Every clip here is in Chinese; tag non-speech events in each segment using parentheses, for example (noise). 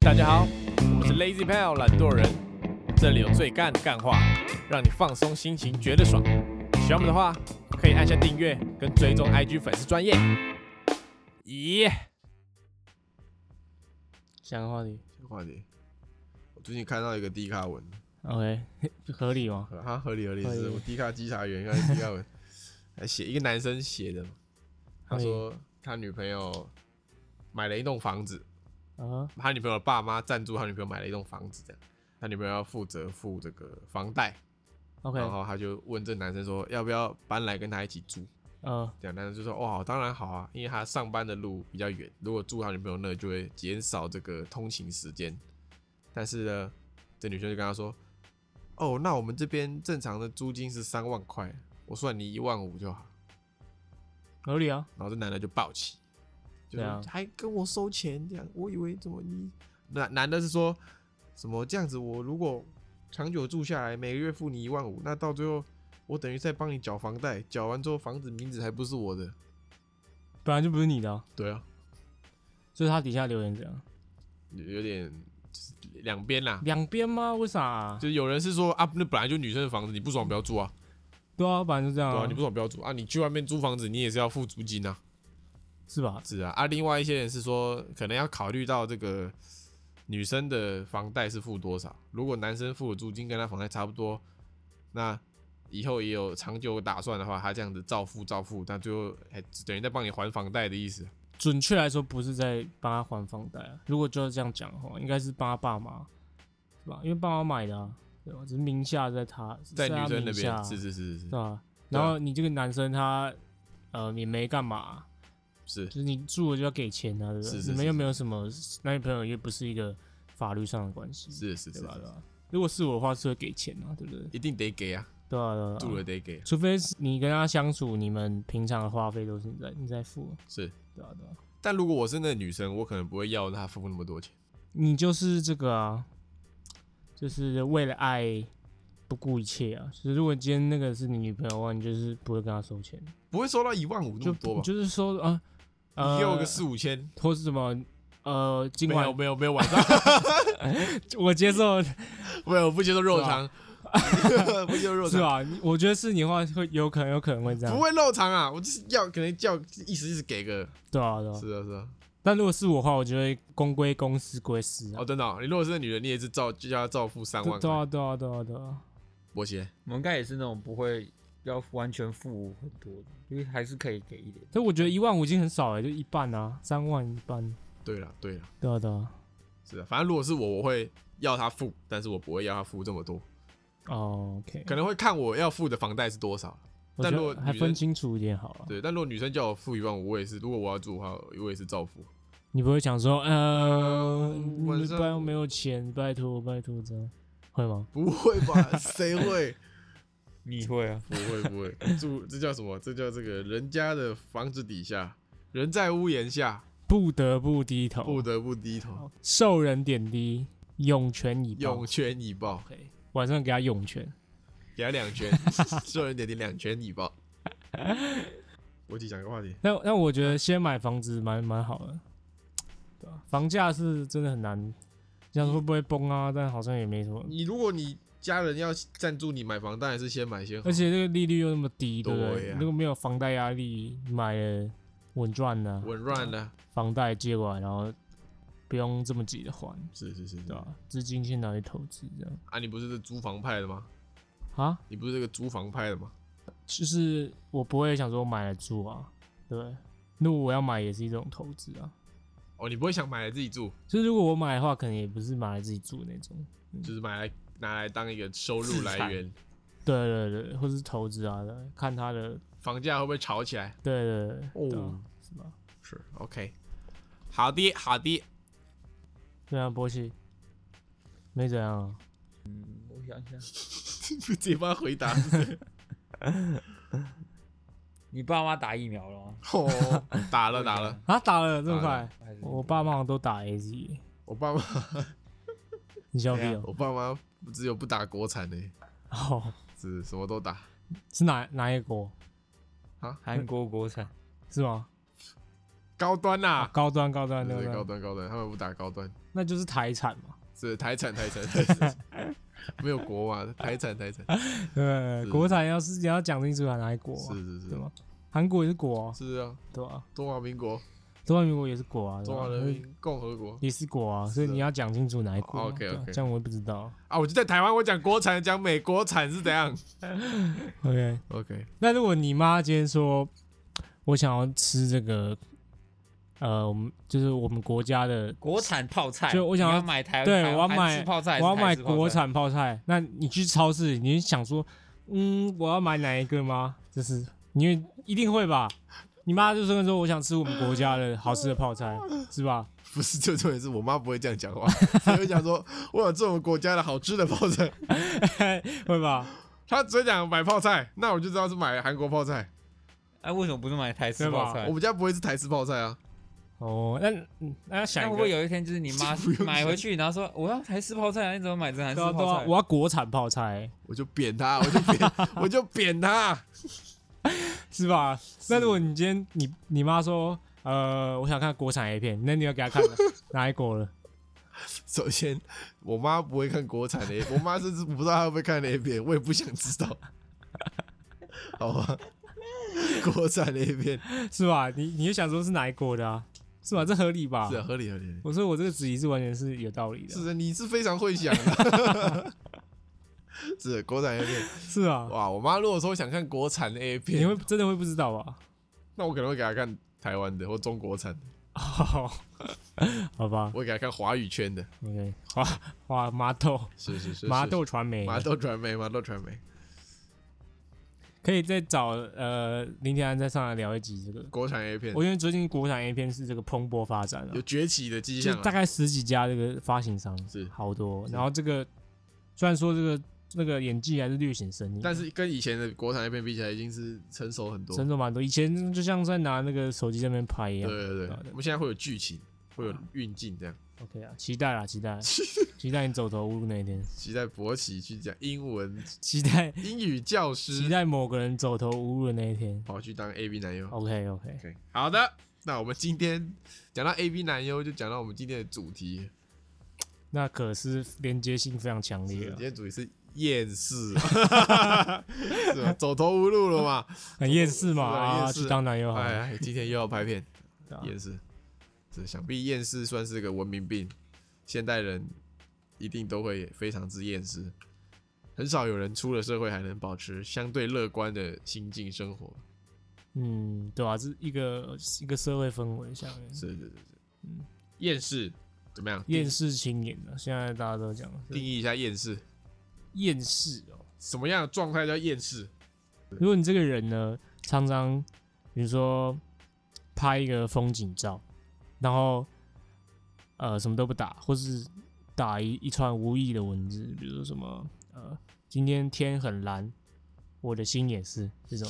家好，嗯我是 Lazy Pal 懒惰人，这里有最干的干话，让你放松心情，觉得爽。喜欢我们的话，可以按下订阅跟追踪 IG 粉丝专业。咦，想个话题话题。我最近看到一个低卡文， (laughs) ，OK，合理哦吗？呃它合理合理合理是我低卡稽查员，看低卡 (laughs) 文，还写一个男生写的，他说他女朋友买了一栋房子，啊，他女朋友的爸妈赞助他女朋友买了一栋房子，这样，他女朋友要负责付这个房贷， OK，然后他就问这男生说要不要搬来跟他一起住，呃，这样男生就说哦好当然好啊，因为他上班的路比较远，如果住他女朋友那就会减少这个通勤时间。但是呢，这女生就跟他说，哦那我们这边正常的租金是三万块，我算你一万五就好。合理啊，然后这男的就暴起，就对说啊还跟我收钱这样，我以为怎么你男男的是说什么这样子，我如果长久住下来，每个月付你一万五，那到最后我等于在帮你缴房贷，缴完之后房子名字还不是我的，本来就不是你的啊、对啊，就是他底下留言这样，有有点就是两边啦，两边吗？为啥啊、就是有人是说啊，那本来就女生的房子，你不爽不要住啊，对啊，本来就这样、对啊，你不爽不要住啊，你去外面租房子，你也是要付租金啊，是吧？是啊，啊，另外一些人是说，可能要考虑到这个女生的房贷是付多少，如果男生付的租金跟他房贷差不多，那以后也有长久打算的话，他这样子照付照付，但最后还等于在帮你还房贷的意思。啊准确来说，不是在帮他还房贷、啊，如果就是这样讲的话，应该是帮他爸妈，是吧？因为爸妈买的、啊，对吧？只是名下在他，在是他女生那名下边，啊是是是对是吧、对啊然后你这个男生他，呃，也没干嘛、是就，是你住了就要给钱啊，对不对？是是你们是又没有什么男女朋友，又不是一个法律上的关系，是是是对是吧？对是，吧？如果是我的话，是会给钱啊，对不对？一定得给啊，对啊，对啊，对啊住了得给，除非是你跟他相处，你们平常的花费都是你在你在付，是。对啊对啊，但如果我是那个女生，我可能不会要她付那么多钱。你就是这个啊，就是为了爱不顾一切啊。就是如果今天那个是你女朋友的话，你就是不会跟她收钱，不会收到一万五那就么多吧？就是说啊，呃，你给我个四五千，或是什么呃，今没晚有没有没有晚上，我接受没有不接受肉是吧肠， (laughs) 不接受肉是肠，吧？你我觉得是你的话会有可能有可能会这样不，会肉肠啊，我就是要可能叫一时一时给个，对啊对啊。是啊是啊，但如果是我的话，我就会公归公，私归私啊哦。真的哦，你如果是那女人，你也是照就叫她照付三万对块，啊对啊对啊对啊，伯鞋我们应该也是那种不会要完全付很多的，因为还是可以给一点。但我觉得一万五已经很少了，就一半啊，三万一半。对了对了，对啊，对啊，是啊，反正如果是我，我会要她付，但是我不会要她付这么多，哦，OK，可能会看我要付的房贷是多少，我但觉如果得还女分人清楚一点好了。对，但如果女生叫我付一万五，我也是，如果我要住的话，我也是照付，你不会想说，呃，晚你上拜没有钱，拜托拜托这样，会吗？不会吧？谁会？你会啊？不会不会，住这叫什么？这叫这个人家的房子底下，人在屋檐下，不得不低头，不得不低头，受人点滴，涌泉以报。涌泉以 (laughs) 报。 OK，晚上给他涌泉。给他两 (laughs) 拳，所有人点点两拳你吧。 (laughs) 我只讲个话题，那那我觉得先买房子蛮蛮好的，对啊，房价是真的很难，这样会不会崩啊？但好像也没什么，你如果你家人要赞助你买房，当然是先买先好而。且这个利率又那么低，对不对对？啊如果没有房贷压力，买了稳赚呢、稳乱呢，房贷借过来，然后不用这么急的还，是是是，对吧、资金先拿去投资，这样啊啊，你不是这租房派的吗？啊，你不是这个租房派的吗？就是我不会想说买了住啊，对。如果我要买也是一种投资啊，哦，你不会想买来自己住，就是如果我买的话，可能也不是买来自己住那种，就是买来拿来当一个收入来源。对对对，或是投资啊，对看它的，房价会不会炒起来？对对对，对啊哦是吧？是，OK。好的，好的。 (laughs) 对啊，波西，没怎样啊，我想想，自己帮他回答。是不 (laughs) 是你爸妈打疫苗了吗？哦，打了打了。啊打了这么打快了，还是我爸妈好像都打 A Z，我爸妈，你笑屁怎样哦，我爸妈只有不打国产的、哦，是什么都打。是哪哪一国嗯韩国国产是吗？高端呐、啊高端高端对高对，高端，端高端，他们不打高端，那就是台产嘛。是台产台产台产， (laughs) (laughs) 没有国嘛，台产台产，对，是国产要是你要讲清楚哪一国啊，是是对是吗？韩国也是国啊，是啊，对吧？中华民国，中华民国也是国啊，对中吧华人民共和国也是国啊，所以是啊你要讲清楚哪一国啊。哦，OK，对啊 OK 这样我也不知道。啊，我就在台湾，我讲国产，讲美国产是怎样嗯 OK， ？OK，那如果你妈今天说，我想要吃这个，呃，我们就是我们国家的，国产泡菜，就我想你要要买台，对台我要韩买式泡菜还我要是台买式泡菜，国产泡菜，那你去超市，你想说，嗯，我要买哪一个吗？就是你会一定会吧？你妈就跟说，我想吃我们国家的好吃的泡菜，是吧？ (laughs) 不是，就重点是我妈不会这样讲话， (laughs) 她会讲说，我有这种国家的好吃的泡菜， (laughs) 会吧？她只会讲买泡菜，那我就知道是买韩国泡菜，哎，为什么不是买台式对吧泡菜我？们家不会是台式泡菜啊，哦，那嗯那要想那一个会不会有一天就是你 (laughs) 妈不用买回去，然后说我要台式泡菜啊，你怎么买成韩式对啊泡对啊菜？，我要国产泡菜，我就扁她，我就扁， (laughs) 我就扁她，是吧？那如果你今天你你妈说，呃，我想看国产 A 片，那你要给她看哪一国了？首先，我妈不会看国产的 A，我妈甚至不知道她会不会看 A 片，我也不想知 (laughs) 道，好吧？国产 A 片是吧？你你就想说是哪一国的啊？是吧？这合理吧？是、啊、合理合理，合理我说我这个质疑是完全是有道理的，是的，你是非常会想的， (laughs) 是国产 A 片是啊，哇！我妈如果说想看国产的 A 你片会，真的会不知道 (laughs) 啊吧？那我可能会给她看台湾的或中国产的，好，好吧我会给她看华语圈的， ，OK，哇哇，麻豆是是是，麻是豆传媒麻豆传媒，麻豆传媒可以再找呃林天安再上来聊一集这个。国产 A 片我因为最近国产 A 片是这个蓬勃发展啊有，崛起的迹就象、大啊，概十几家这个发行商是好多，是然后这个虽然说这个那个演技还是略显生硬，但是跟以前的国产 A 片比起来，已经是成熟很多。真的蛮多。以前就像在拿那个手机在那边拍一样。对对对对，啊我们现在会有剧情，会有运镜，这样 OK 啊，期待啦，(laughs) 期待，期待你走投无路那一天，期待博奇去讲英文期待英语教期师，待某个人走投无路的那一天。跑去当 A B 男优。 OK OK， OK，好的，那我们今天讲到 A B 男优，就讲到我们今天的主题，那可是连接性非常强是烈今啊，天主题是厌世， (laughs) 是吧？走投无路了嘛？很厌世嘛是啊啊，厌世去当男友好了。哎，今天又要拍片， (laughs) 对啊厌世，这想必厌世算是个文明病，现代人一定都会非常之厌世，很少有人出了社会还能保持相对乐观的心境生活。嗯，对啊，这是一个一个社会氛围下面，是是是是，厌世怎么样？厌世青年啊，现在大家都讲定定义一下厌世，厌世哦。什么样的状态叫厌世？如果你这个人呢，常常比如说拍一个风景照，然后呃什么都不打，或是打一一串无意义的文字，比如说什么呃今天天很蓝，我的心也是这种，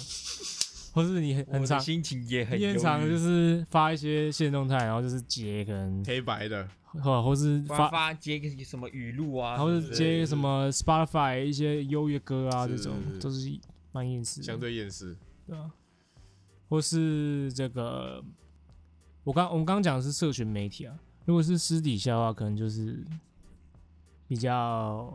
或是你很我很的常心情也很你很忧常郁就是发一些现动态，然后就是截可能黑白的，或或是发发，发接个什么语录啊然，后是是接是什么 Spotify 一些优越歌啊这是种是是，都是蛮厌世的。相对厌世。对啊，或是这个，我刚我们刚刚讲的是社群媒体啊，如果是私底下的话，可能就是比较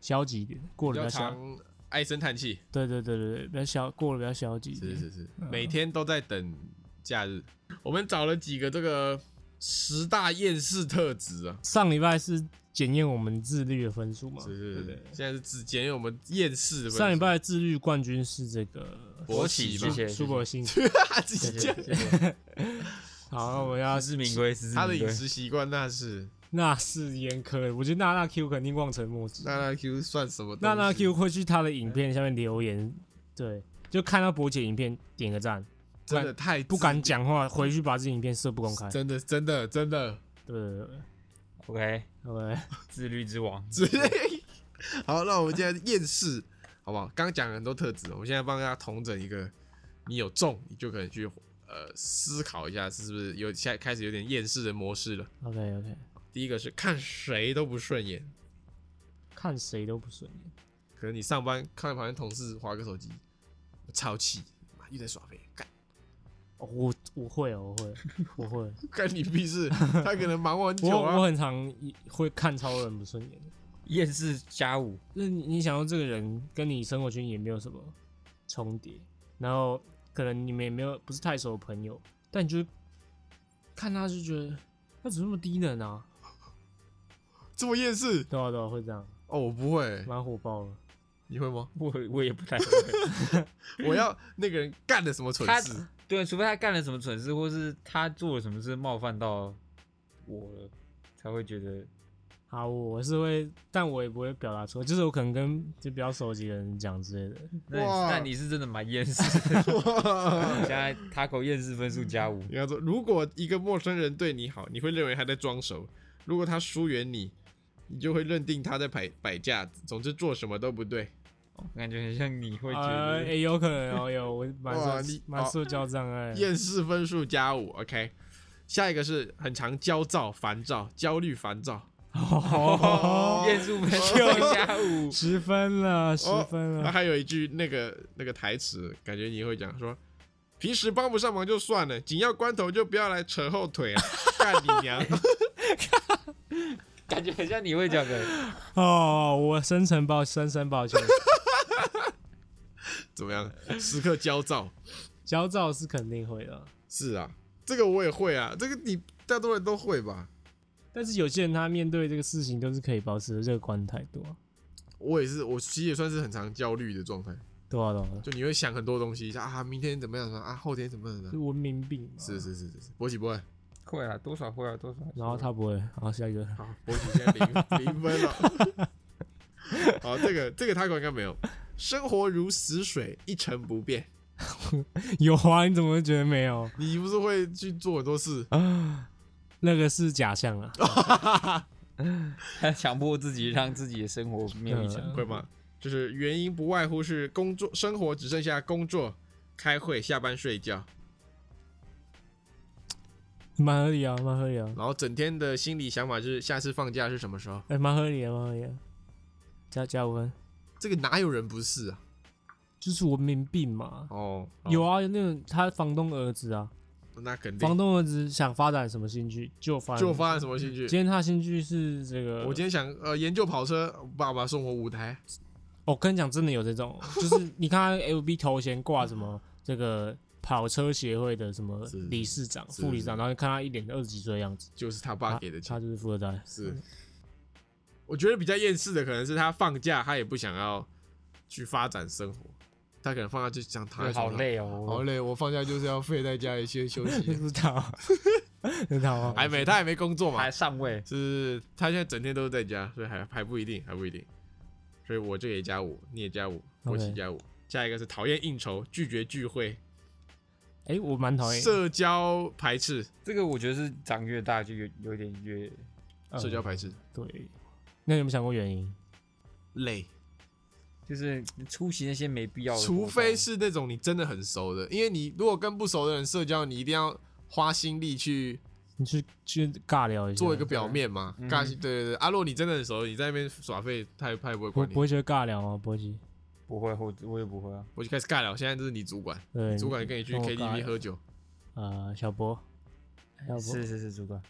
消极一点，过比得比较较消，常唉声叹气，对对对对对，比较消过得比较消极一是点。是是，每天都在等假日。嗯 (laughs) 我们找了几个这个十大厌世特质啊，上礼拜是检验我们自律的分数嘛？是对是不是对，现在是只检验我们厌世的分数。上礼拜的自律冠军是这个国企谢嘛，谢苏博信。他 (laughs) 自己讲好，那我们要 (laughs) 他是名归，实至他的名饮归。食习惯那是那是严苛的，我觉得娜娜 Q 肯定望尘莫及。那那 Q 算什么东西？娜娜 Q 会去她的影片下面留言，对，就看到博姐影片点个赞，真的太不敢讲话，回去把自己影片设不公开。真的真的真的， (laughs) 对对对 OK，对，自律之王，直接好，那我们现在厌世，好不好？刚讲了很多特质，我们现在帮大家统整一个，你有中，你就可能去呃思考一下，是不是有现在开始有点厌世的模式了。 (laughs) OK OK，第一个是看谁都不顺眼，看谁都不顺眼。可能你上班看到旁边同事划个手机，我超气，妈又在耍飞，干，哦我我会哦， (laughs) 我会，我会，干你屁事！ (laughs) 他可能忙完我久我啊，很常一会看超人不顺眼。厌世加五，就是你你想到这个人跟你生活圈也没有什么重叠，然后可能你们也没有不是太熟的朋友，但你就是看他就觉得他怎么那么低能啊？这么厌世对啊对啊，会这样，哦，我不会，蛮火爆的。你会吗？我我也不 (laughs) 太会。我要那个人干了什么蠢他事？对，除非他干了什么蠢事，或是他做了什么事冒犯到我了，才会觉得好，我是会，但我也不会表达出来，就是我可能跟就比较熟悉的人讲之类的。那你哇但你是真的蛮厌世的。 (laughs) 现在 Taco 厌世分数加五，你要说，如果一个陌生人对你好，你会认为他在装熟；如果他疏远你，你就会认定他在摆摆架子。总之，做什么都不对。感觉很像你会觉呃，得也、有可能哦，有我蛮哇社你蛮哦社交障碍的。厌世分数加五，OK。下一个是很常焦躁、烦躁、焦虑、烦躁。哦，，厌世分数加五 (laughs) 十分了，十哦分那了。还有一句那个那个台词，感觉你会讲说，平时帮不上忙就算了，紧要关头就不要来扯后腿了，啊干你 (laughs) 娘！感觉很像你会讲的。哦，我深层抱，深深抱歉。怎么样？时刻焦躁。焦躁是肯定会的，是啊，这个我也会啊，这个你大多人都会吧？但是有些人他面对这个事情都是可以保持乐观态度啊。我也是，我其实也算是很常焦虑的状态，对啊，对啊，就你会想很多东西，啊，明天怎么样啊，后天怎么样是啊？文明病嘛。是。是是是是，博喜不会，会啊，多少会啊，多少还是会。然后他不会，好下一个。 (laughs) 好，博喜现在零零分了。好，这个这个他应该没有。生活如死水，一成不变。有啊，你怎么会觉得没有？你不是会去做很多事？那个是假象啊。他 (laughs) 强迫自己让自己的生活没有影响嗯。会吗？就是原因不外乎是工作，生活只剩下工作、开会、下班睡觉，蛮合理啊，蛮合理啊，然后整天的心理想法就是下次放假是什么时候？哎、蛮合理的，蛮合理的。加加五分，这个哪有人不是啊？就是文明病嘛。哦，有啊，那种他房东儿子啊，那肯定房。东儿子想发展什么兴趣就发展。就发生什么兴趣今？天他的兴趣是这个，我今天想呃研究跑车，爸爸送我五台，我哦跟你讲，真的有 (laughs) 这种，就是你看他 LB 头衔挂什么这个跑车协会的什么是理事长、是副理事长，然后看他一脸二十几岁的样子，就是他他爸给的他钱。就是富二代。 (laughs) 是，我觉得比较厌世的可能是他放假，他也不想要去发展生活，他可能放假就想躺在好床上，累好哦，累，我放假就是要废在家里先休息。啊知道，知道啊， (laughs) 还没，他还没工作嘛还，上位，是他现在整天都在家，所以还还不一定，还不一定。所以我这个也加五，你也加五，国旗 OK 加五。下一个是讨厌应酬，拒绝聚会，哎、我蛮讨厌社交排斥，这个我觉得是长越大就有有点越呃社交排斥，对，那你有没有想过原因？累。就是出席那些没必哦要的活动，除非是那种你真的很熟的，因为你如果跟不熟的人社交，你一定要花心力去你去去尬聊一下，做一个表面嘛。嗯尬戏对对对，阿、啊、洛你真的很熟，你在那边耍废，他也他也不会不管你不。会觉得尬聊吗？波吉，不会，我我也不会啊。我就开始尬聊，现在这是你主管，对，主管也跟你去跟我尬 KTV 聊喝酒，呃，小博，小博是是是，主管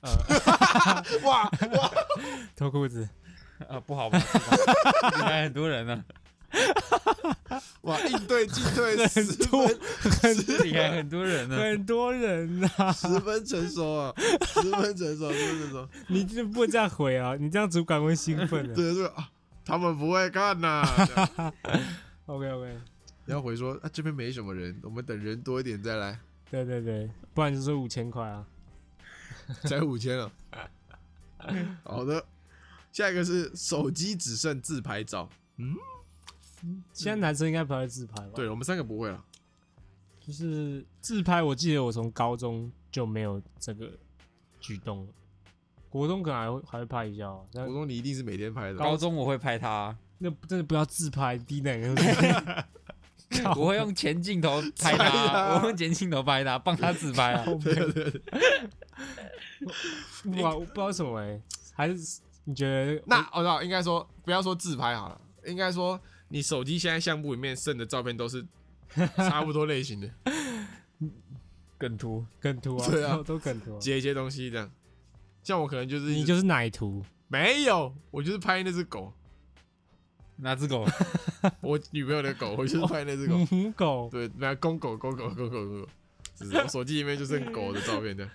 哇，脱裤子，啊，不好吧？主 (laughs) 管原来很多人啊呢，哇， (laughs) 应对进退很十多分你看很多 (laughs) 人啊呢，很多人呐、啊， (laughs) 十分成熟啊，十分成熟，十分成熟。你就不这样回啊？你这样主管会兴奋 (laughs) 的。对对啊，他们不会干呐、这样 OK OK，你要回说啊，这边没什么人，我们等人多一点再来，对对对，不然就是五千块啊。才五千了。好的，下一个是手机只剩自拍照。现在男生应该不太会自拍吧？，对我们三个不会了，就是自拍，我记得我从高中就没有这个举动了。国中可能还会还会拍一下、哦，但国中你一定是每天拍的。高中我会拍他啊，那真的不要自拍，低能是不 (laughs) 是我会用前镜头拍他拍他啊，我用前镜头拍他，帮他自拍啊。对对对， (laughs) 哇，我不知道为什么哎、还是你觉得那我知道，应该说不要说自拍好了，应该说你手机现在相簿里面剩的照片都是差不多类型的。梗图，梗图啊，对啊都都梗图啊、截一些东西这样。像我可能就是一直你就是奶图，没有，我就是拍那只狗，哪只狗？我女朋友的狗，我就是拍那只狗。母嗯狗，对，没有公狗，公狗，公狗，公狗，只是我手机里面就剩狗的照片的，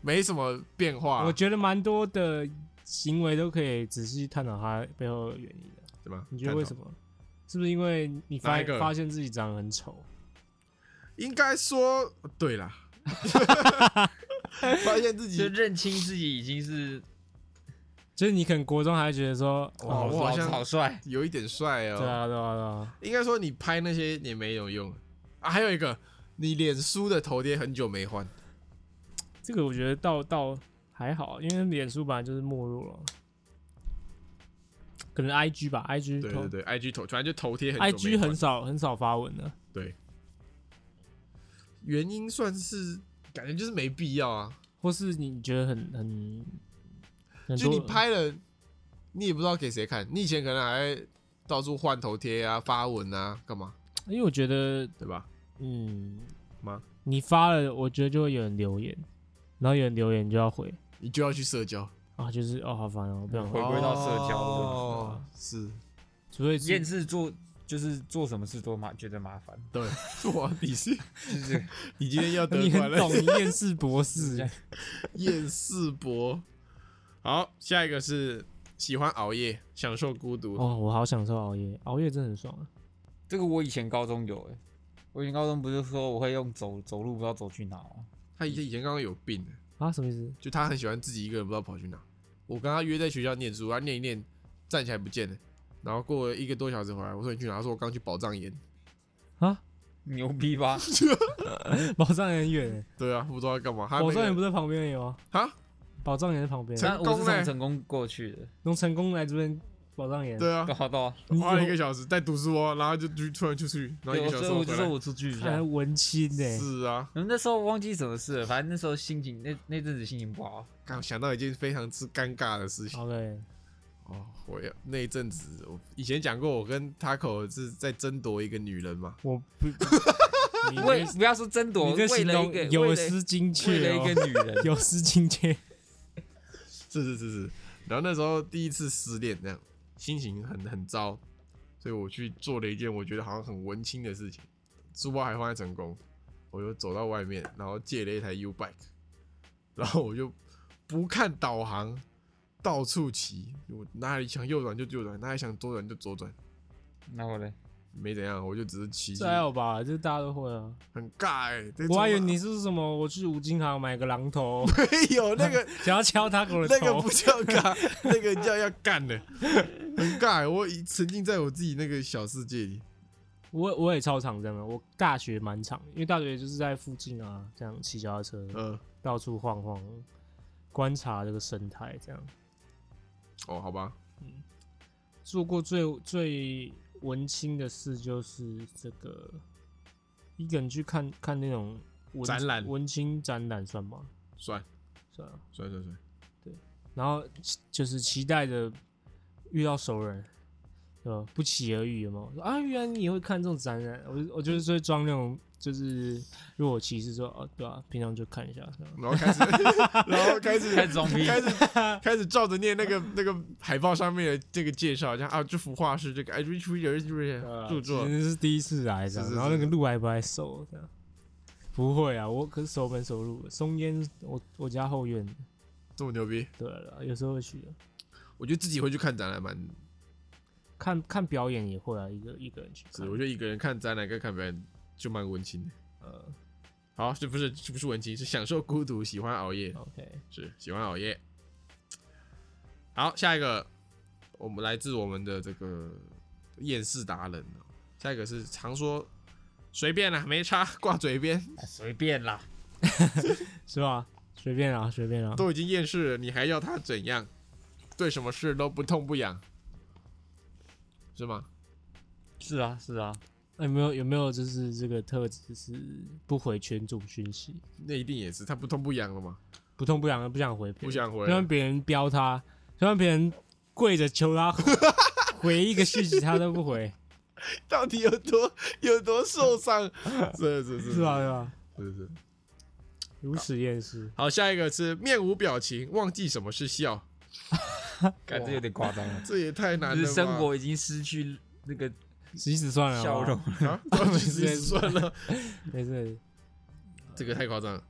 没什么变化我啊，觉得蛮多的行为都可以仔细探讨它背后的原因的。对吧？你觉得为么？什么？是不是因为你发哪一个发现自己长得很丑？应该说，对 (laughs) 啦，发现自就己认清自己已经是就是你可能国中还觉得说，哇哦，我好像好帅，有一点帅对哦。啊，对啊，对啊，应该说你拍那些也没有用啊。还有一个，你脸书的头贴很久没换，这个我觉得倒倒还好，因为脸书本来就是没落了，可能 IG 吧，IG 对头对对，IG 头，反正就头贴很久没 IG 换很少很少发文了，对，原因算是感觉就是没必要啊。或是你觉得很很很就多你拍了，你也不知道给谁看。你以前可能还到处换头贴啊、发文啊，干嘛，因为我觉得，对吧？嗯，吗？你发了，我觉得就会有人留言，然后有人留言就要回你就要去社交，啊，就是哦，好烦哦，我不想回回，归到社交的哦，是，除非厌是世做就是做什么事都麻觉得麻烦，对， (laughs) 哇，你是就是 (laughs) 你今天要得你冠很了，懂厌世博 (laughs) 士，厌世博。好，下一个是喜欢熬夜，享受孤独。哦，我好享受熬夜，熬夜真的很爽啊。这个我以前高中有哎、我以前高中不是说我会用走走路不知道走去哪哦吗？他以前以前刚刚有病，啊，什么意思？ (laughs) 就他很喜欢自己一个人，不知道跑去哪。我跟他约在学校念书，他念一念，站起来不见了。然后过了一个多小时回来，我说你去哪？他说我刚去宝藏岩。牛逼吧？宝藏岩很 (laughs) 远对啊，不知道在干嘛。欸，他宝那藏个岩不在旁边而已哦吗？啊，宝藏岩在旁边，成但我功是嘞从成功过去的，从成功来这边宝藏岩，对啊对，啊对啊，你花了一有个小时在读书哦，然后就就突然出去，然后一对个啊小时所以后回我就说来。我出去一下还。文青呢、是啊，嗯，那时候忘记什么事了，反正那时候心情那那阵子心情不好，刚想到一件非常之尴尬的事情 (laughs) OK，哦，我也那一阵子，我以前讲过，我跟 Taco 是在争夺一个女人嘛，我不，你为这不要说争夺，你为这行了一动个有为了失精为确、了哦一，个女人， (laughs) (laughs) 有失精确。 (laughs) 是是是是，然后那时候第一次失恋，这样心情很很糟，所以我去做了一件我觉得好像很文青的事情，书包还放在成功，我就走到外面，然后借了一台 U bike，然后我就不看导航，到处骑，我哪里想右转就右转，哪里想左转就左转，那我嘞，没怎样，我就只是骑骑这，还好啊吧，这大家都会啊。很尬哎、欸，这哦我还以为怎么你是什么，我去五金行买个 (laughs) 榔头，没有那个想要敲他狗的那个头不。叫尬，那个叫要干的，很尬。我已沉浸在我自己那个小世界里。我我也超常这样的，我大学蛮常，因为大学就是在附近啊，这样骑脚踏车嗯，到处晃晃，观察这个生态，这样哦，好吧，做过最最文青的事就是这个，一个人去看看那种文展览文青展览算吗？算算啊。算算算，然后就是期待着遇到熟人，对吧？不期而遇，有没有？说啊，原来你也会看这种展览，我就我就是会装那种就是若有其事说哦，对啊，平常就看一下，这样然后开始，然后开始开始装逼，开始开始照着念那个那个海报上面的这个介绍，像啊，这幅画是这个 I G 出人啊著作真，的是第一次来这是样，是然后那是个路还不太熟，这样不会啊，我可是熟门熟路的，松烟我我家后院，这么牛逼。对了，有时候会去的，我觉得自己会去看展览蛮，看看表演也会啊，一个一个人去是看我，觉得一个人看展览跟看表演就蛮文青的。呃好，这不是这不是文青，是享受孤独，喜欢熬夜。 ，OK，是喜欢熬夜。好，下一个，我们来自我们的这个厌世达人哦下一个是常说随便啦，没差，挂嘴边，哎随便啦，是吧？随便啊，随便啊，都已经厌世了，你还要他怎样？对什么事都不痛不痒，是吗？是啊是啊，那有没有有没有就是这个特质是不回群主讯息，那一定也是，他不痛不痒了嘛，不痛不痒的不想回别人，不想回就算别人标他，就算别人跪着求他 (laughs) 回一个讯息，他都不回， (laughs) 到底有多有多受伤？是是是， (laughs) 是吧？对吧？是是，如实验视，好，下一个是面无表情，忘记什么是笑，感觉有点夸张了。这也太难就了是吧。生活已经失去那个其实算了，笑容，，啊，到底是算了，没事，这个太夸张了。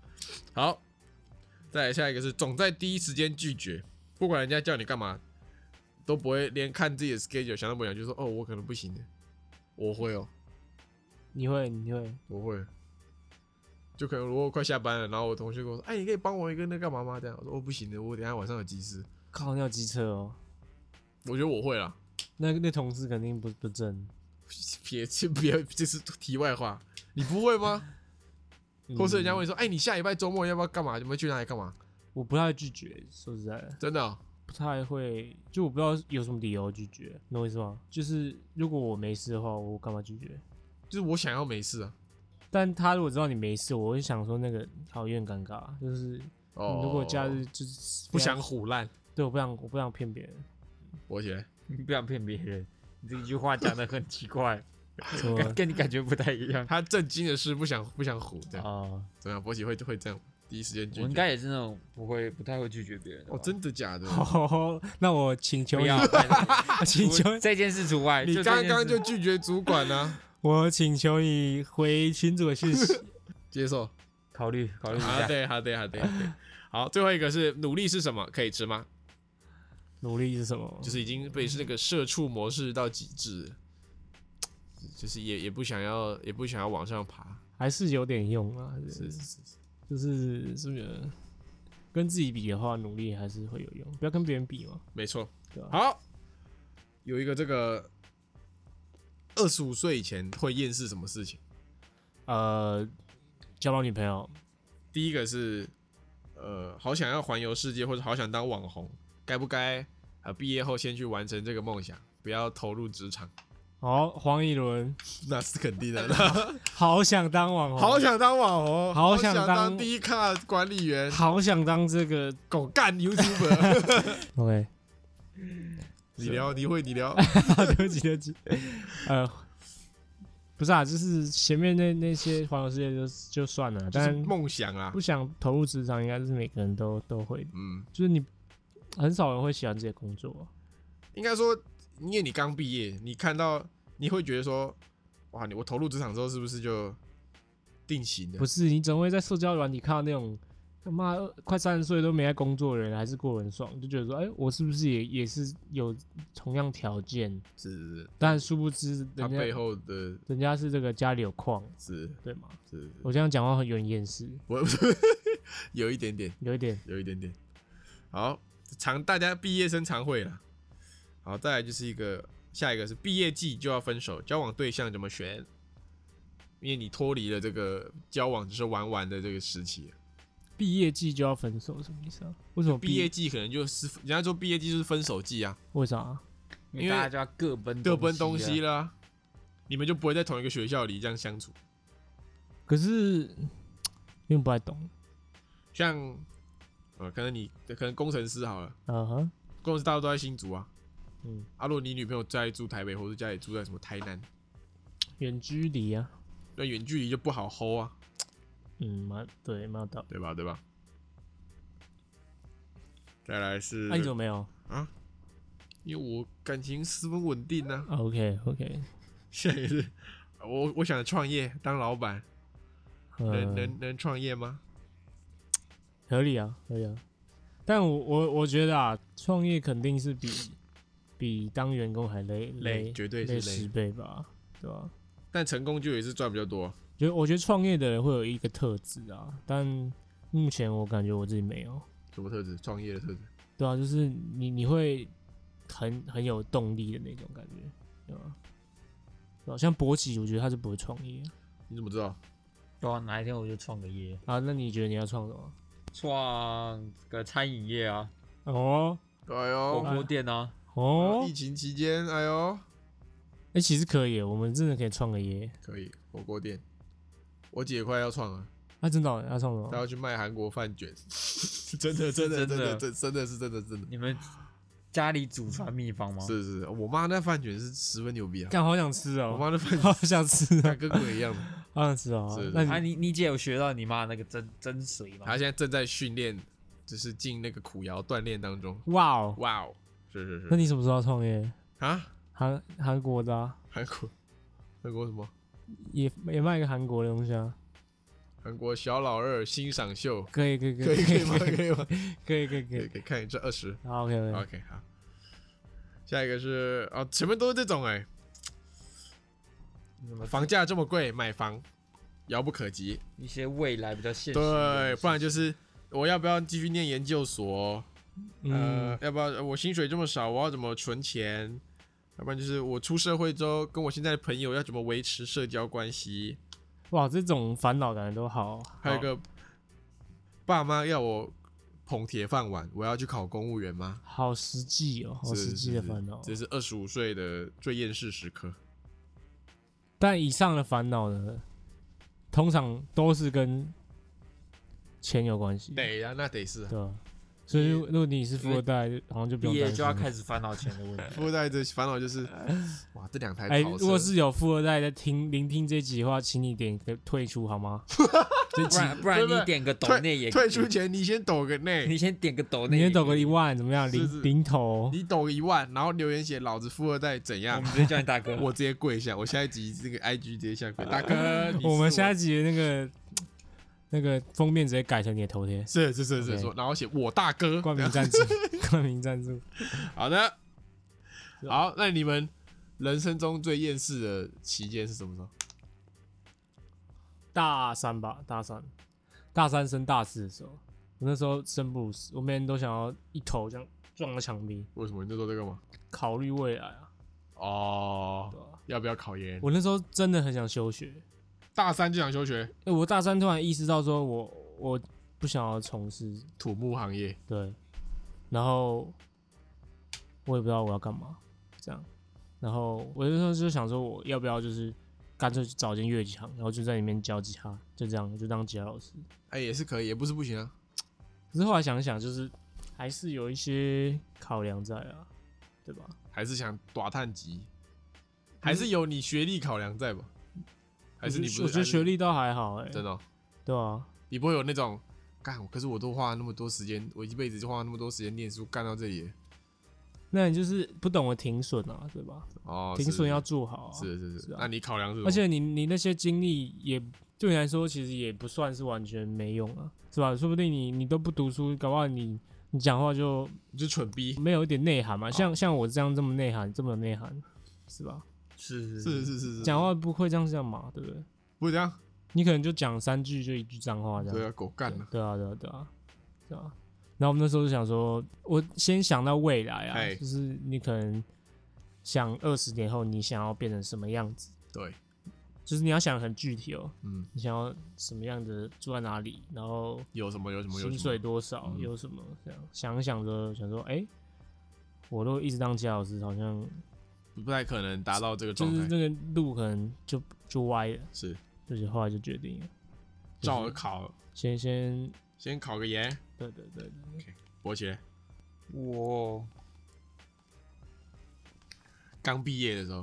好，再来下一个是总在第一时间拒绝，不管人家叫你干嘛，都不会连看自己的 schedule 想都不想，就说哦，我可能不行的，我会哦，你会你会，我会。就可能如果快下班了，然后我同学跟我说：“哎，你可以帮我一个那干嘛吗？”这样我说：“哦，不行的，我等一下晚上有急事。靠，那有机车哦，”我觉得我会啦，那那同事肯定不不正，别 (laughs) 这别这是题外话，你不会吗？或是人家问你说：“哎，你下礼拜周末要不要干嘛？有没有去哪里干嘛嗯我不太拒绝，说实在的？”，真的哦、不太会，就我不知道有什么理由拒绝，懂我意思吗？就是如果我没事的话，我干嘛拒绝？就是我想要没事啊。但他如果知道你没事，我会想说那个好有点尴尬，就是哦，嗯如果假日就是不想，唬烂，对，我不想我不想骗别 (laughs) 人，我起来。你不想骗别人，你这一句话讲的很奇怪，什么跟跟你感觉不太一样他震惊的是不想不想唬，这样、啊。怎么样？博奇会会这样，第一时间拒我应绝。该也是那种不会不太会拒绝别人的吧。哦，真的假的？好， (laughs) 那我请求不你要，， (laughs) 请求除这件事除外。你这刚件刚就事拒绝主管啊呢、 (laughs) 我请求你回群主的讯息。接受。考虑考虑一好下，的，好的，好的，好的。好，最后一个是努力是什么？可以吃吗？努力是什 (laughs) 么？就是已经被是那个社畜模式到极致了，就是也也不想要，也不想要往上爬。还是有点用啊，是是是，是就是这个跟自己比的话，努力还是会有用，不要跟别人比嘛。没错对啊。好，有一个这个二十五岁以前会厌世什么事情？呃，交到女朋友，第一个是，呃，好想要环游世界，或者好想当网红，该不该呃毕业后先去完成这个梦想，不要投入职场？哦，黄一伦，那是肯定的。好想当网红，好想当网红，好想想当当第一卡管理员，好想当这个狗干 YouTuber。 OK，你聊，你会，你聊。 (laughs) 对不起对不起，呃，不是啊，就是前面那那些环游世界就就算了，就是但梦想啊不，想投入职场，应该是每个人都都会的，嗯，就是你很少人会喜欢自己的工作啊、应该说，因为你刚毕业，你看到你会觉得说，哇，你我投入职场之后是不是就定型了不？是，你总会在社交软体看到那种他妈快三十岁都没在工作的人，还是过得很爽，就觉得说，哎、我是不是也也是有同样条件？是是是，但殊不知他人背家后的人家是这个家里有矿，是对吗？是，是我这样讲话很有点厌世，我有一点点。有一点有一点点。好，常大家毕业生常会啦。好，再来就是一个下一个是毕业季就要分手，交往对象怎么选？因为你脱离了这个交往只是玩玩的这个时期，毕业季就要分手，什么意思啊？为什么毕业季可能就是人家说毕业季就是分手季啊，为啥啊？因为大家就要各奔各奔东西西啊。了啊，你们就不会在同一个学校里这样相处。可是因为不太懂，像呃，可能你可能工程师好了，啊哈，工程师大家都在新竹啊，嗯，啊，如果你女朋友家里住台北，或者家里住在什么台南，远距离啊，那远距离就不好 hold 啊。嗯，蛮对，蛮有道理。对吧？对吧？再来是，啊那、你怎么没有因为我感情十分稳定呢、啊。 (laughs) ？OK OK，下一个是，我我想创业当老板，能嗯，能能创业吗？合理啊，合理啊。但我我我觉得啊，创业肯定是比比当员工还累累，绝对是累累十倍吧，对吧、但成功就也是赚比较多。就我觉得创业的人会有一个特质啊，但目前我感觉我自己没有。什么特质？创业的特质？对啊，就是你你会很很有动力的那种感觉，对吧？对啊像博奇，我觉得他是不会创业你怎么知道？对啊，哪一天我就创个业，啊。那你觉得你要创什么？创个餐饮业啊，哦哎火呦，哎锅店啊，哦疫，情期间，哎呦，哎、其实可以耶，我们真的可以创个业。可以火锅店。我姐快要创了，啊，真的哦要创什她么？要去卖韩国饭卷， (laughs) 真的，真的，真真的的，真真的是真的，真的你们家里祖传秘方吗？是是，是我妈那饭卷是十分牛逼啊！干，好想吃我哦，妈的饭卷 (laughs) 好想吃像哦，跟鬼一样的。好想吃哦是。那啊，你你你姐有学到你妈那个真真髓吗他？现在正在训练，就是进那个苦窑锻炼当中。哇哦，哇哦，是是那是你什么时候要创业？ (laughs) 啊，韩韩国的啊，韩国韩国什么？也也卖一个韩国的东西啊，韩国小老二欣赏秀，可以可以可 (laughs) 可以可以吗？以可以吗？可以可以可可以以。可以看一这二十好，OK OK， ，OK 好。下一个是啊，前面都是这种哎、什么房价这么贵，买房遥不可及。一些未来比较现实的对，东西不然就是我要不要继续念研究所？嗯呃，，要不要呃我薪水这么少，我要怎么存钱？要不然就是我出社会之后，跟我现在的朋友要怎么维持社交关系？哇，这种烦恼感觉都好。哦还有一个，爸妈要我捧铁饭碗，我要去考公务员吗？好实际哦，好是实际的烦恼。这是二十五岁的最厌世时刻。但以上的烦恼呢，通常都是跟钱有关系。得啊，那得是啊对啊，所以如如果你是富二代，好像就不毕用担业心就要了开始烦恼钱的问题。附带着烦恼 (laughs) 就是，哇，这两台哎、跑车如果是有富二代在听聆听这集的话，请你点个退出好 (laughs) 吗？这 (laughs) 不集然不然你点个抖内也退退出前，你先抖个内，你先点个抖内，你先抖个一，万怎么样？是零是零头，你抖一万，然后留言写“老子富二代怎我样们直接叫你大哥。”，我直接跪下，我下一集这个 IG 直接下跪，大 (laughs) 哥，你是我们下一集的那个那个封面直接改成你的头 (laughs) 贴，是是是是 OK 说，然后写我大哥，冠名赞助， (laughs) 冠名啊赞助。好的，好，那你们人生中最厌世的期间是什么时候？大三吧，大三，大三升大四的时候，我那时候生不如死，我每天都想要一头这样撞到墙壁，为什么你那时候在干嘛？考虑未来啊，哦对，啊吧？要不要考研？我那时候真的很想休学，大三就想休学欸我大三突然意识到说我我不想要从事土木行业，对，然后我也不知道我要干嘛，这样，然后我那时候就想说我要不要就是干脆去找间乐器行，然后就在里面教吉他，就这样就当吉他老师。哎，也是可以，也不是不行啊。可是后来想一想，就是还是有一些考量在啊，对吧？还是想短探级，还是有你学历考量在吧？还是你不是？嗯我觉还得学历倒还好哎、真的哦、对啊，你不会有那种干，可是我都花那么多时间，我一辈子就花那么多时间念书，干到这里了那你就是不懂得停损啊，对吧？哦，停是损要做好啊。是是是是啊那你考量是什么？而且你你那些经历也对你来说其实也不算是完全没用啊，是吧？说不定你你都不读书，搞不好你你讲话就你就蠢逼，没有一点内涵哦嘛。像像我这样这么内涵，这么有内涵，是吧？是是是是是，讲话不会这样这样嘛，对不对？不是这样，你可能就讲三句就一句脏话这样。对啊，狗干了，对啊，对啊，对啊，对啊。然后我们那时候就想说，我先想到未来啊哎，就是你可能想二十年后你想要变成什么样子，对，就是你要想得很具体哦，嗯，你想要什么样的住在哪里，然后有什么有什么有薪什水么，多少，嗯有什么这样想一想着想说，哎、我都一直当家老师，好像不不太可能达到这个就状是态，那个路可能就就歪了，是就是后来就决定了，照考，先先先考个研，对对对对博起来。我刚毕业的时候，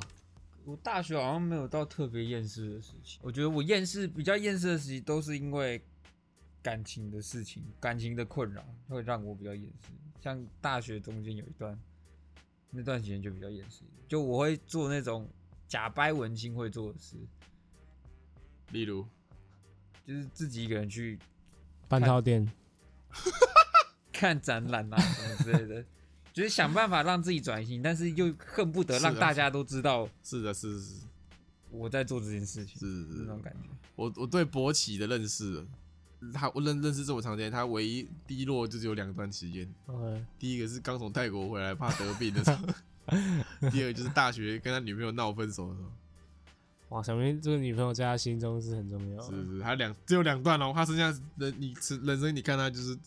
我大学好像没有到特别厌世的事情。我觉得我厌世比较厌世的事情，都是因为感情的事情，感情的困扰会让我比较厌世。像大学中间有一段，那段时间就比较厌世，就我会做那种假掰文青会做的事，例如就是自己一个人去半套店，看展览啊什么之类的，就是想办法让自己转型，但是又恨不得是啊让大家都知道是的，是是我在做这件是事情，是那是嗯种，感觉。我我对博起的认识，他我认认识这么长时间，他唯一低落就只有两段时间， OK，第一个是刚从泰国回来怕得病的时候，第二个就是大学跟他女朋友闹分手的时候，哇，小明这个女朋友在他心中是很重要的，是是，他两只有两段哦，他剩下人你人生你看他就是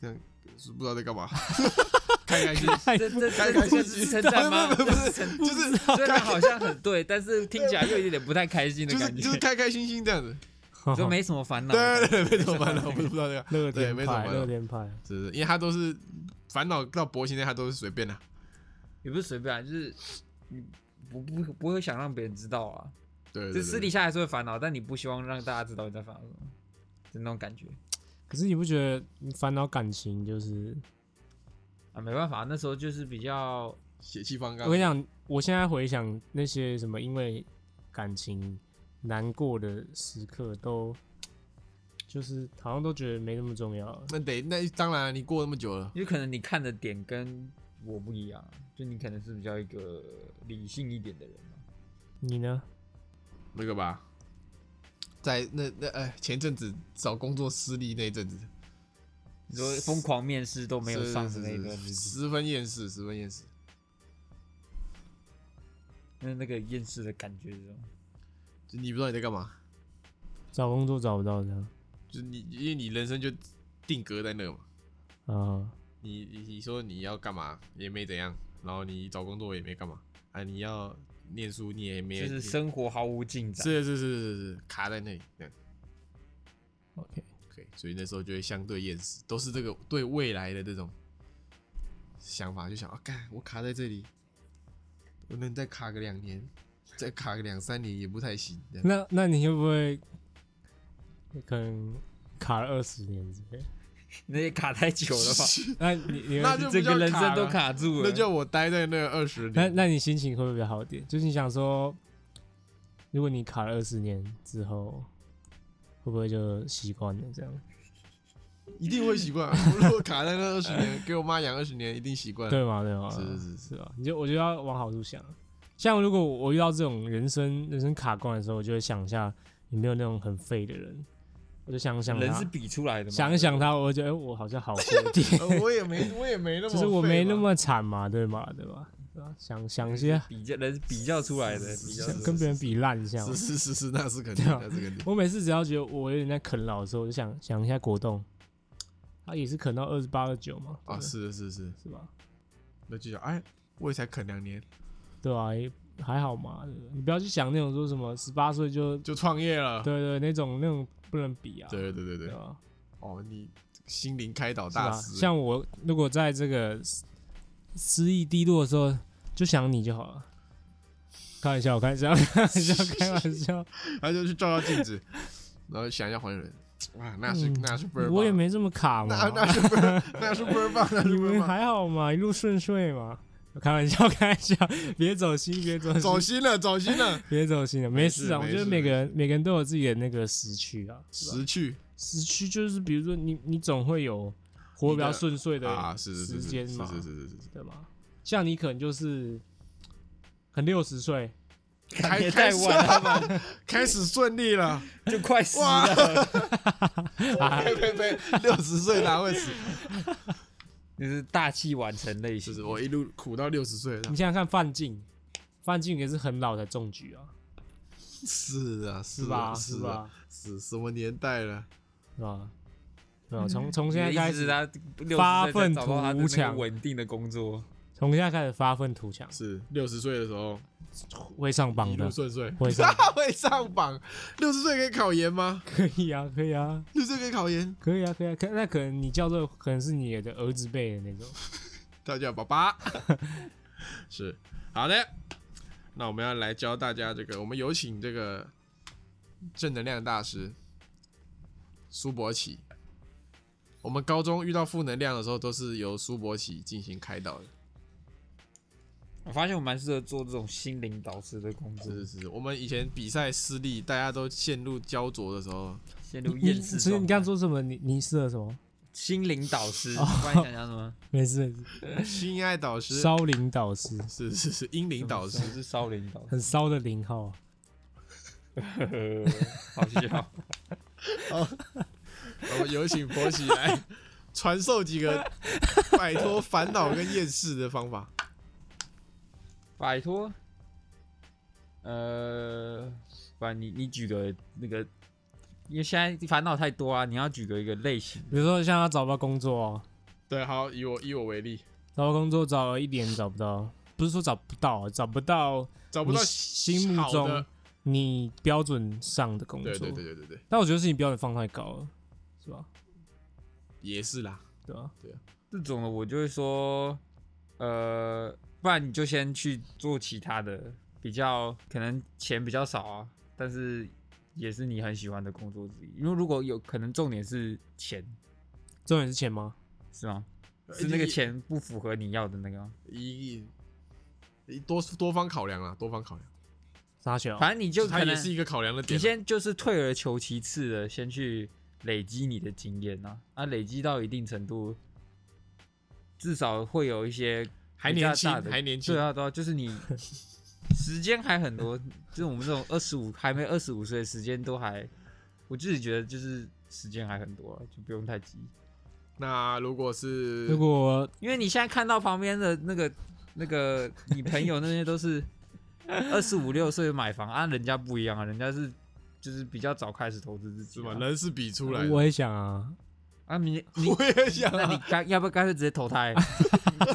这样，是不知道在干嘛，开开心，这哎这开这开这心是心，称赞吗？ (laughs) 不是不是这不是是，称就是 (laughs) 虽然好像很对，但是听起来又有一点不太开心的就是感觉，就是开开心心这样子， (laughs) (laughs) 就没什么烦恼。对对对，没怎么办呢？我不是不知道这个，乐对天没什么啊派，烦恼乐天派，是是，因为他都是烦恼到博现在他都是随便的，也不是随便啊，就是你不不不会想让别人知道啊，对对就对，私底下还是会烦恼，但你不希望让大家知道你在烦恼什么，就那种感觉可是你不觉得烦恼感情就是？啊，没办法，那时候就是比较血气方刚。我跟你讲，我现在回想那些什么因为感情难过的时刻，都就是好像都觉得没那么重要了。那得那当然，你过那么久了，因为可能你看的点跟我不一样，啊就你可能是比较一个理性一点的人嘛。你呢？那个吧，在那那哎，前阵子找工作失利那一阵子，你说疯狂面试都没有是上是的那是段日子，十分厌世，十分厌世。那那个厌世的感觉是什么？就你不知道你在干嘛，找工作找不到这样就你因为你人生就定格在那嘛，啊？你你你说你要干嘛也没怎样，然后你找工作也没干嘛，啊，你要念书你也没，就是生活毫无进展。 (laughs) 是是是是是是卡在那里，这样 OK， OK，所以那时候就会相对厌世，都是这个对未来的这种想法，就想啊，干我卡在这里，我能再卡个两年，再卡个两三年也不太行，这样那那你会不会可能卡了二十年之类的？那也卡太久了吧？那你你那就整个不叫人生卡都了卡住了。那就我待在那二十嗯那年，那你心情会不会比较好一点？就是你想说，如果你卡了二十年之后，会不会就习惯了这嗯样？一定会习惯。啊 (laughs) 我如果卡在那二十年，给我妈养二十年，一定习惯。对吗？对吗？是是是是，是吧？你就我就要往好处想。像如果我遇到这种人生人生卡关的时候，我就会想一下有没有那种很废的人，我就想想人他是比出来的嘛。想一想他，我就觉得哎我好像好过一点，呃 (laughs) 我也没我也没那么，就是我没那。么惨嘛，对吗？对吧？对吧想想一些比较人是比较出来的，比较想跟别人比烂一下嘛。是是是是，那是肯定，啊那是肯定。我每次只要觉得我有点在啃老的时候，我就想想一下果冻，他也是啃到二十八、二九嘛，对啊，不对是是是，是吧？那就想，哎，我也才啃两年对啊，也还好嘛。对不对你不要去想那种说什么十八岁就就创业了。对对那种那种不能比啊，对对对对对对，吧？哦，你心灵开导是大吧？师，像我如果在这个失失意低落的时候，就想你就好了。开玩笑，开玩笑，开玩笑，开玩笑。他就去照照镜 (laughs) 子，然后想一下还原，哇，那是嗯那是倍儿棒，我也没这么卡嘛那， (laughs) 那是倍儿那是倍儿棒，那是你倍们儿棒。还好嘛，一路顺遂嘛。开玩笑，开玩笑，别走心，别走心，走心了，走心 (laughs) 了，别走心了，没事啊。没我事觉得每个人每个人都有自己的那个时区啊，是吧识趣时区就是比如说你你总会有活得比较顺遂的啊，是是时是间是是嘛，是是是 (laughs) 是，对吧？像你可能就是很六十岁，开也开太始晚了吧，开始顺利 (laughs) 了，就快死了。 (laughs) 呸呸呸，六十岁哪会 (laughs) 死？ (laughs) 就是大器晚成类就型是，我一路苦到六十岁，你想想看范进，范进也是很老才中举啊，是啊，是是吧？啊是是啊，吧？是什么年代了？是吧？对吧？从从现在开你始，的意思是他发60岁才愤找到他的图那个强稳定的工作，从现在开始发愤图强，是六十岁的时候会上榜一路的，顺遂，会上榜 (laughs) 会上榜。六十岁可以考研吗？可以啊，可以啊。六十岁可以考研？可以啊，可以啊，可那可能你叫做可能是你的儿子辈的那种，大家爸爸 (laughs) 是好的。那我们要来教大家这个，我们有请这个正能量大师苏博奇。我们高中遇到负能量的时候，都是由苏博奇进行开导的。我发现我蛮适合做这种心灵导师的工作，是是是，我们以前比赛失利，大家都陷入焦灼的时候，陷你入你厌所世以状态。你刚刚说什么？你你适合什么？心灵导师，哦不然你想想什 (laughs) 么？没事没心爱导事，师骚灵导师，是是是英灵导师什么是骚灵导很骚的零号啊，师，好笑。我们有请佛喜来传授几个摆脱烦恼跟厌世的方法。摆脱，呃，不然你你举个那个，因为现在烦恼太多啊，你要举个一个类型。比如说像他找不到工作哦，对，好，以我以我为例，找到工作找了一年找不到，不是说找不到，找不到找不你到心目好的中你标准上的工作，对对对对对对，但我觉得是你标准放太高了，是吧？也是啦。对吧？这种的我就会说，呃，不然你就先去做其他的，比较可能钱比较少啊，但是也是你很喜欢的工作之一。因为如果有可能，重点是钱，重点是钱吗？是吗？呃是那个钱不符合你要的那个吗，哦一一多多方考量啦，多方考量，傻小，反正你就它可也能是一个考量的你点啦。先就是退而求其次的，先去累积你的经验啊，啊，累积到一定程度，至少会有一些还比较年轻大的还年轻对啊，对啊，就 (laughs) 是你时间还很多，就是我们这种二十五还没二十五岁，时间都还，我自己觉得就是时间还很多啊，就不用太急，那如果是如果因为你现在看到旁边的那个那个你朋友那些都是二十五六岁买房啊，人家不一样啊，人家是。就是比较早开始投资自己、是啊，吧？人是比出来的，我也想啊，啊，你 (laughs) 你我也想那你啊，干要不要干脆直接投 (laughs) 胎？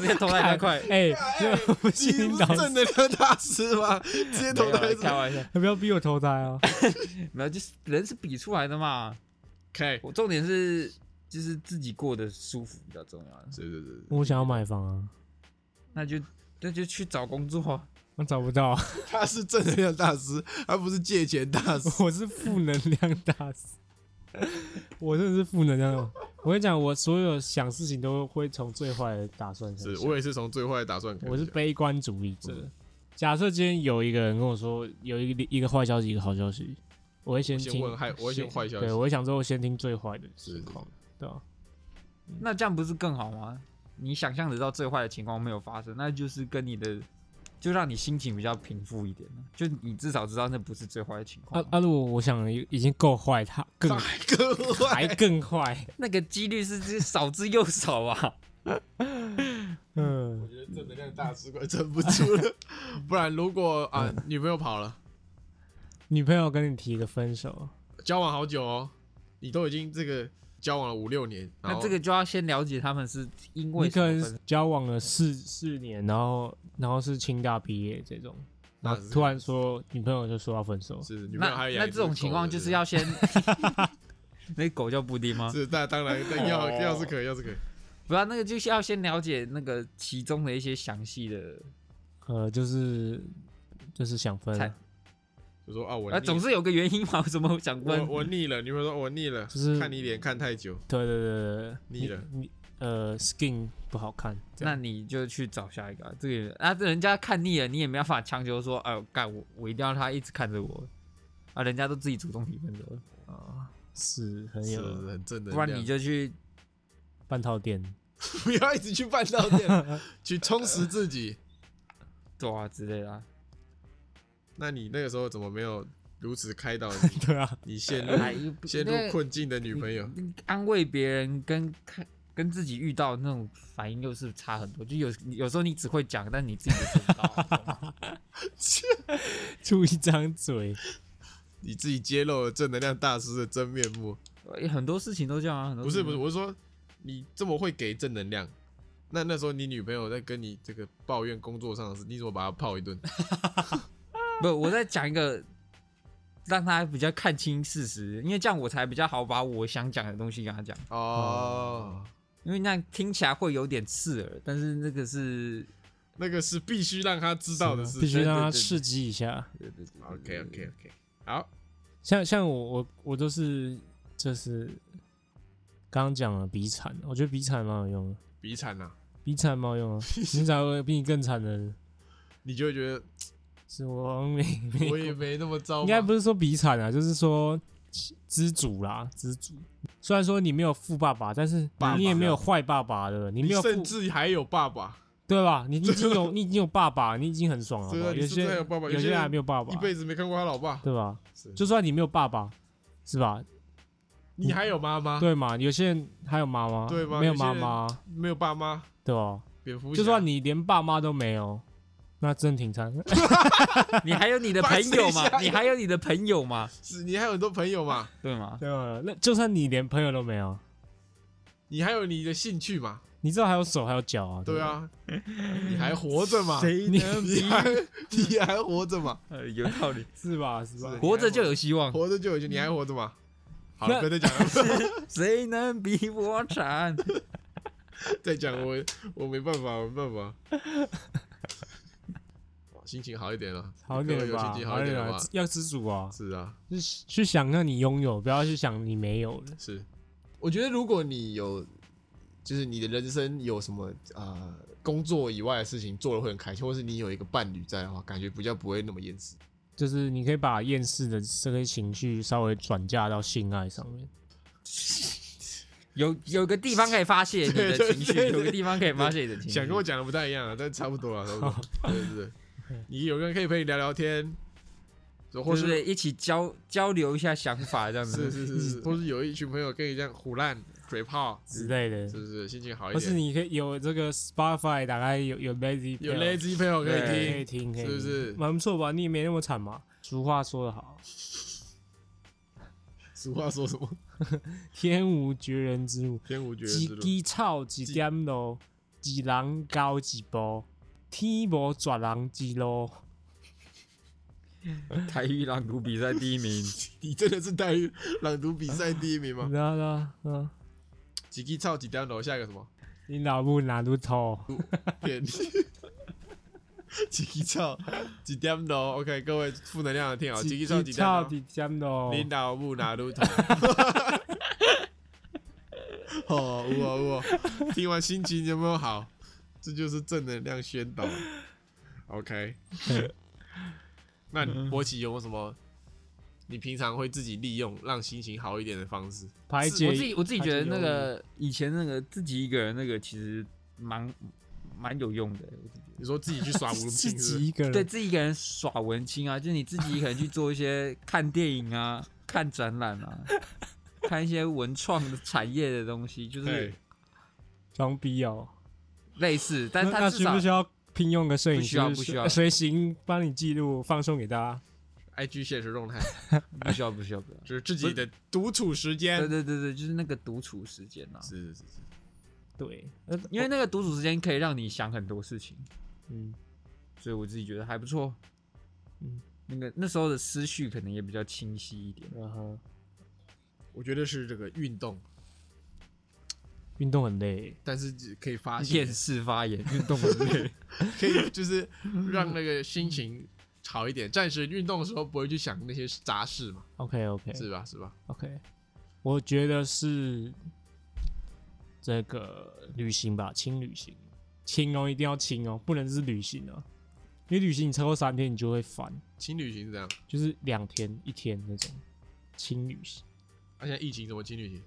直接投胎比较 (laughs) 快。哎，哎 (laughs) 不你行不是老师正能量大师 (laughs) 吗？直接投胎没有啦啊开玩笑，不要逼我投胎啊！没有，就是人是比出来的嘛。 ，OK，我重点是就是自己过得舒服比较重要。是是是，我想要买房啊，那就那就去找工作啊，我找不到啊，他是正能量大师，而不是借钱大师。 (laughs) 我是负能量大师，我真的是负能量哦。我跟你讲，我所有想事情都会从最坏的打算开始是想。我也是从最坏的打算开始想，啊我是悲观主义者真的。假设今天有一个人跟我说有一个一个坏消息，一个好消息，我会先先听，问害我会先坏消息对，我会想说，我先听最坏的是情况，对吧？那这样不是更好吗？你想象得到最坏的情况没有发生，那就是跟你的就让你心情比较平复一点啊就你至少知道那不是最坏的情况啊嘛。啊！如果我想已已经够坏，他 (laughs) 更大哥还更坏，那个几率是是少之又少 (laughs) 哦啊。嗯我，觉得正能量大师快撑不住了， (laughs) 不然如果啊女朋友跑了，女朋友跟你提个分手，交往好久哦，你都已经这个交往了五六年，然那后这个就要先了解他们是因为你什可么分手能交往了四四年，然后然后是清大毕业这种，然那后是突然说女朋友就说要分手，是女朋那友还有那这种情况就是 (laughs) 要先，那狗叫布丁吗？是那当然但哦要要是可以要是可以，不要、那个就是要先了解那个其中的一些详细的，呃，就是就是想分，才就说啊我啊，腻总是有个原因嘛，我 (laughs) 怎么想我问？我腻了，女朋友说我腻了，就是看你脸看太久，对对对对，腻了你你呃 skin 不好看，这样那你就去找下一个、啊，这个人啊，这人家看腻了，你也没办法强求说，哎呦，干我我一定要他一直看着我，啊，人家都自己主动提分手了，啊是很是有很正能不然量你。就去半套店， (laughs) (laughs) 不要一直去半道 (laughs) 店，去充实自己。做啊之类的、啊，那你那个时候怎么没有如此开导你？对啊，你陷入哎又不陷那入困境的女朋友，安慰别人跟看跟自己遇到那种反应又是差很多，就有有时候你只会讲，但你自己都做不到啊懂吗。出一张 (laughs) 嘴，你自己揭露了正能量大师的真面目。呃很多事情都这样啊，很多不是事不情是，我是说你这么会给正能量，那那时候你女朋友在跟你这个抱怨工作上的事，你怎么把她泡一 (laughs) 顿？不，我在讲一个让他比较看清事实，因为这样我才比较好把我想讲的东西跟他讲，哦，因为那样听起来会有点刺耳，但是那个是那个是必须让她知道的事啊必须情。让他对对对刺激一下。对对对 OK OK OK，好，像像我我我都是就是刚刚讲了比惨，我觉得比惨蛮有用的，比惨啊啦，比惨蛮有 (laughs) 用的，你找个比你更惨的人，你就会觉得是我没没我也没那么糟吧，应该不是说比惨啊，就是说知足啦，知足。虽然说你没有富爸爸，但是爸爸你也没有坏爸爸的，你你没有富甚至还有爸爸，对吧？你已 (laughs) 经有你已经有爸爸，你已经很爽了好不对好。啊你有甚些至还有爸爸有有些些人人还没有爸爸一，辈子没看过他老爸，对吧？是就算你没有爸爸，是吧？你还有妈妈，对嘛？有些人还有妈妈，对吧没有有些妈人妈，没有爸妈，对吧？蝙蝠侠就算你连爸妈都没有，那真挺惨。你还有你的白朋痴友一嘛下？你还有你的朋友嘛？是你还有很多朋友嘛，对吗？ (laughs) 对吧？那就算你连朋友都没有，你还有你的兴趣嘛，你至少还有手还有脚啊。对吧，啊，你 (laughs) 还活着嘛，谁你能你比？还你还活着 (laughs) 嘛，呃 (laughs) 有道理，是吧？是吧是？活着就有希望，活着就有钱，你还活着 (laughs) 嘛？好了，那不要再讲了， (laughs) 谁能比我惨？ (laughs) 再讲我我没办法，我没办法。哇心情好一点了，好一点各位了有心吧，情好好一点了了吧吧？，要知足啊，是啊，就是去想让你拥有，不要去想你没有了。是。我觉得如果你有，就是你的人生有什么呃工作以外的事情做了会很开心，或是你有一个伴侣在的话，感觉比较不会那么厌世。就是你可以把厌世的这个情绪稍微转嫁到性爱上面，有有个地方可以发泄你的情绪，对对有个地方可以发泄你的情绪。想跟我讲的不太一样啊，但差不多 (laughs) 了，差不多。对对对，你有个人可以陪你聊聊天，或就是是一起交交流一下想法这样是子。是是是，(laughs) 或是有一群朋友跟你这样胡乱嘴炮，之类的，是不是心情好或一是点？你可以有这个 Spotify 打开有有 Lazy 有 Pill lazy 朋友可可以以听，听，可以听是不是蛮不错吧？你也没那么惨嘛。俗话说得好，俗话说什么？天无绝人之路，天无绝人几之路。枝草几点露，几人高几步，天无绝人之路。哦 (laughs) 台语朗读比赛第一名，你真的是待遇朗读比赛第一名 (laughs) 吗？对啊对啊，嗯，几滴操几条楼，下一个什 (laughs) 么？你老母哪路头？骗你！ (laughs) 几滴操几点楼？OK，各位负能量的听好，几滴操几枝点草哦楼？几点哦露？领导木拿路头。 (laughs) 哦，呜哦呜哦，听完心情有没有好？这就是正能量宣导。OK，那嗯你博奇有没有什么你平常会自己利用让心情好一点的方式？排我自解己我自己觉得那排解忧个以前那个自己一个人那个其实蛮蛮有用的，我自己觉你说自己去耍无名 (laughs) 自是不己是一个得对人，自己一个人耍文青啊，就是你自己一个人去做一些看电影啊、看展览啊、看一些文创的产业的东 (laughs) 西，就是对，装逼哦。类似，但那他那至需不少需要聘用个摄影师不需要不需要随行帮你记录放送给大家？ IG 现实动态，不需要不需要不需要，就是自己的独处时对 (laughs) 间。对对对，就是那个独处时间啊，是是是是，对，因为那个独处时间可以让你想很多事情。嗯，所以我自己觉得还不错。嗯，那个那时候的思绪可能也比较清晰一点。然后我觉得是这个运动，运动很累，但是只可以发泄厌世发言，运动很累。可以 (laughs) 就是让那个心情好一点。暂时运动的时候不会去想那些杂事嘛， OK OK 是吧？是吧？ OK，我觉得是这个旅行吧，轻旅行，轻哦，一定要轻哦，不能是旅行哦，因为旅行你超过三天你就会烦，轻旅行是这样，就是两天一天那种轻旅行而、啊且疫情怎么轻旅行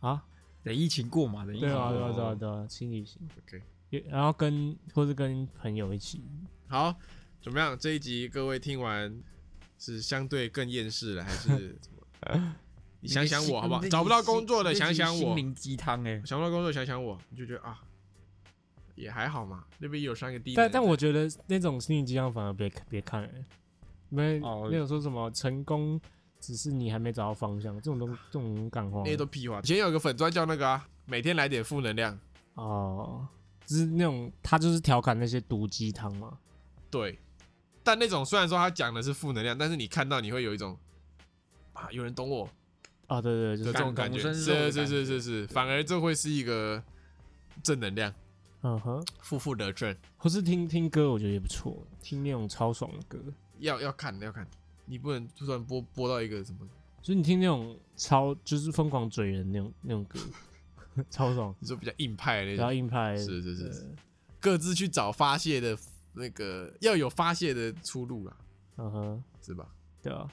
啊，等疫情过嘛，等疫对情啊过。对啊对啊对啊，轻旅行， ？OK，也然后跟或是跟朋友一起，好，怎么样？这一集各位听完是相对更厌世了，还是怎么？ (laughs) 你想想我好不好？你的心找不到工作的你自己想想心我，灵鸡汤哎，想不到工作想想我，你就觉得啊，也还好嘛。那边有三个地，但但我觉得那种心理鸡汤反而别别看了、因为哦那种说什么成功只是你还没找到方向，这种东这种感话那些都屁话。以前有个粉砖叫那个啊，每天来点负能量，哦，就是那种他就是调侃那些毒鸡汤嘛，对，但那种虽然说他讲的是负能量，但是你看到你会有一种啊，有人懂我啊对对，就的是这种感感觉，同是身受的是感是觉是是反而这会是一个正能量，嗯哼，负负得正，或是听听歌，我觉得也不错，听那种超爽的歌，要要看要看，你不能突然播播到一个什么，就是你听那种超就是疯狂嘴人那种那种歌， (laughs) 超爽，你说比较硬派的比那较种，硬派，是是是对是，各自去找发泄的那个，要有发泄的出路啦，嗯哼，是吧？对啊，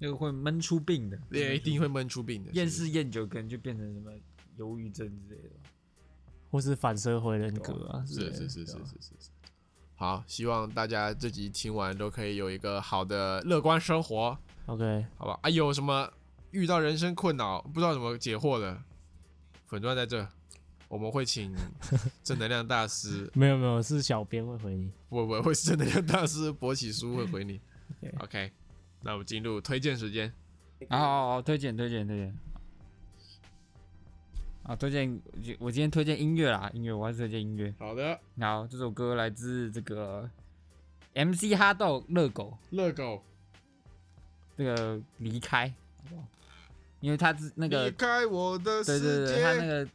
那个会闷出病的。也一定会闷出病的，厌是世厌久，可能就变成什么忧郁症之类的吧。或是反社会人格啊，之类是是的是是是对啊是是。好，希望大家这集听完都可以有一个好的乐观生活， ，OK。好吧？啊，有什么遇到人生困扰不知道怎么解惑的，粉钻在这，我们会 (laughs) 请正能量大师，没有没有，是小编会回你。不不会是正能量大师博起书会回你。 OK OK，那我们进入推荐时间，啊好好好，推荐推荐推荐。啊，推荐我我今天推荐音乐啦，音乐我还是推荐音乐。好的，好，这首歌来自这个 MC 哈豆热狗乐狗，这个离开，好不好因为他自那个离开我的对对世对，他那界，个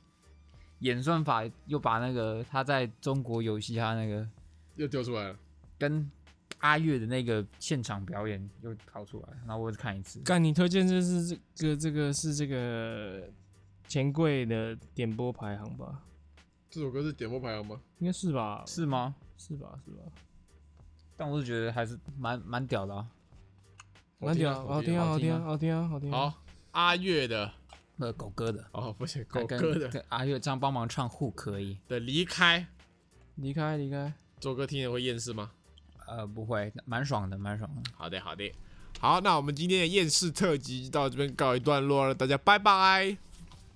演算法又把那个他在中国游戏他那个又丢出来了，跟阿月的那个现场表演又跑出来，然后我只看一次。干，你推荐这是这个这个是这个钱柜的点播排行吧？这首歌是点播排行吗？应该是吧？是吗？是吧？是吧？但我是觉得还是蛮蛮屌的啊。好听啊，好听啊，好好听听啊，啊好听啊，好听啊！好，阿月的呃，狗哥的，哦，不是狗跟哥的跟阿月这样帮忙唱 Who 可以？的离开，离开，离开。做歌听了会厌世吗？呃，不会，蛮爽的，蛮爽的。好的，好的，好，那我们今天的厌世特辑到这边告一段落了，大家拜拜。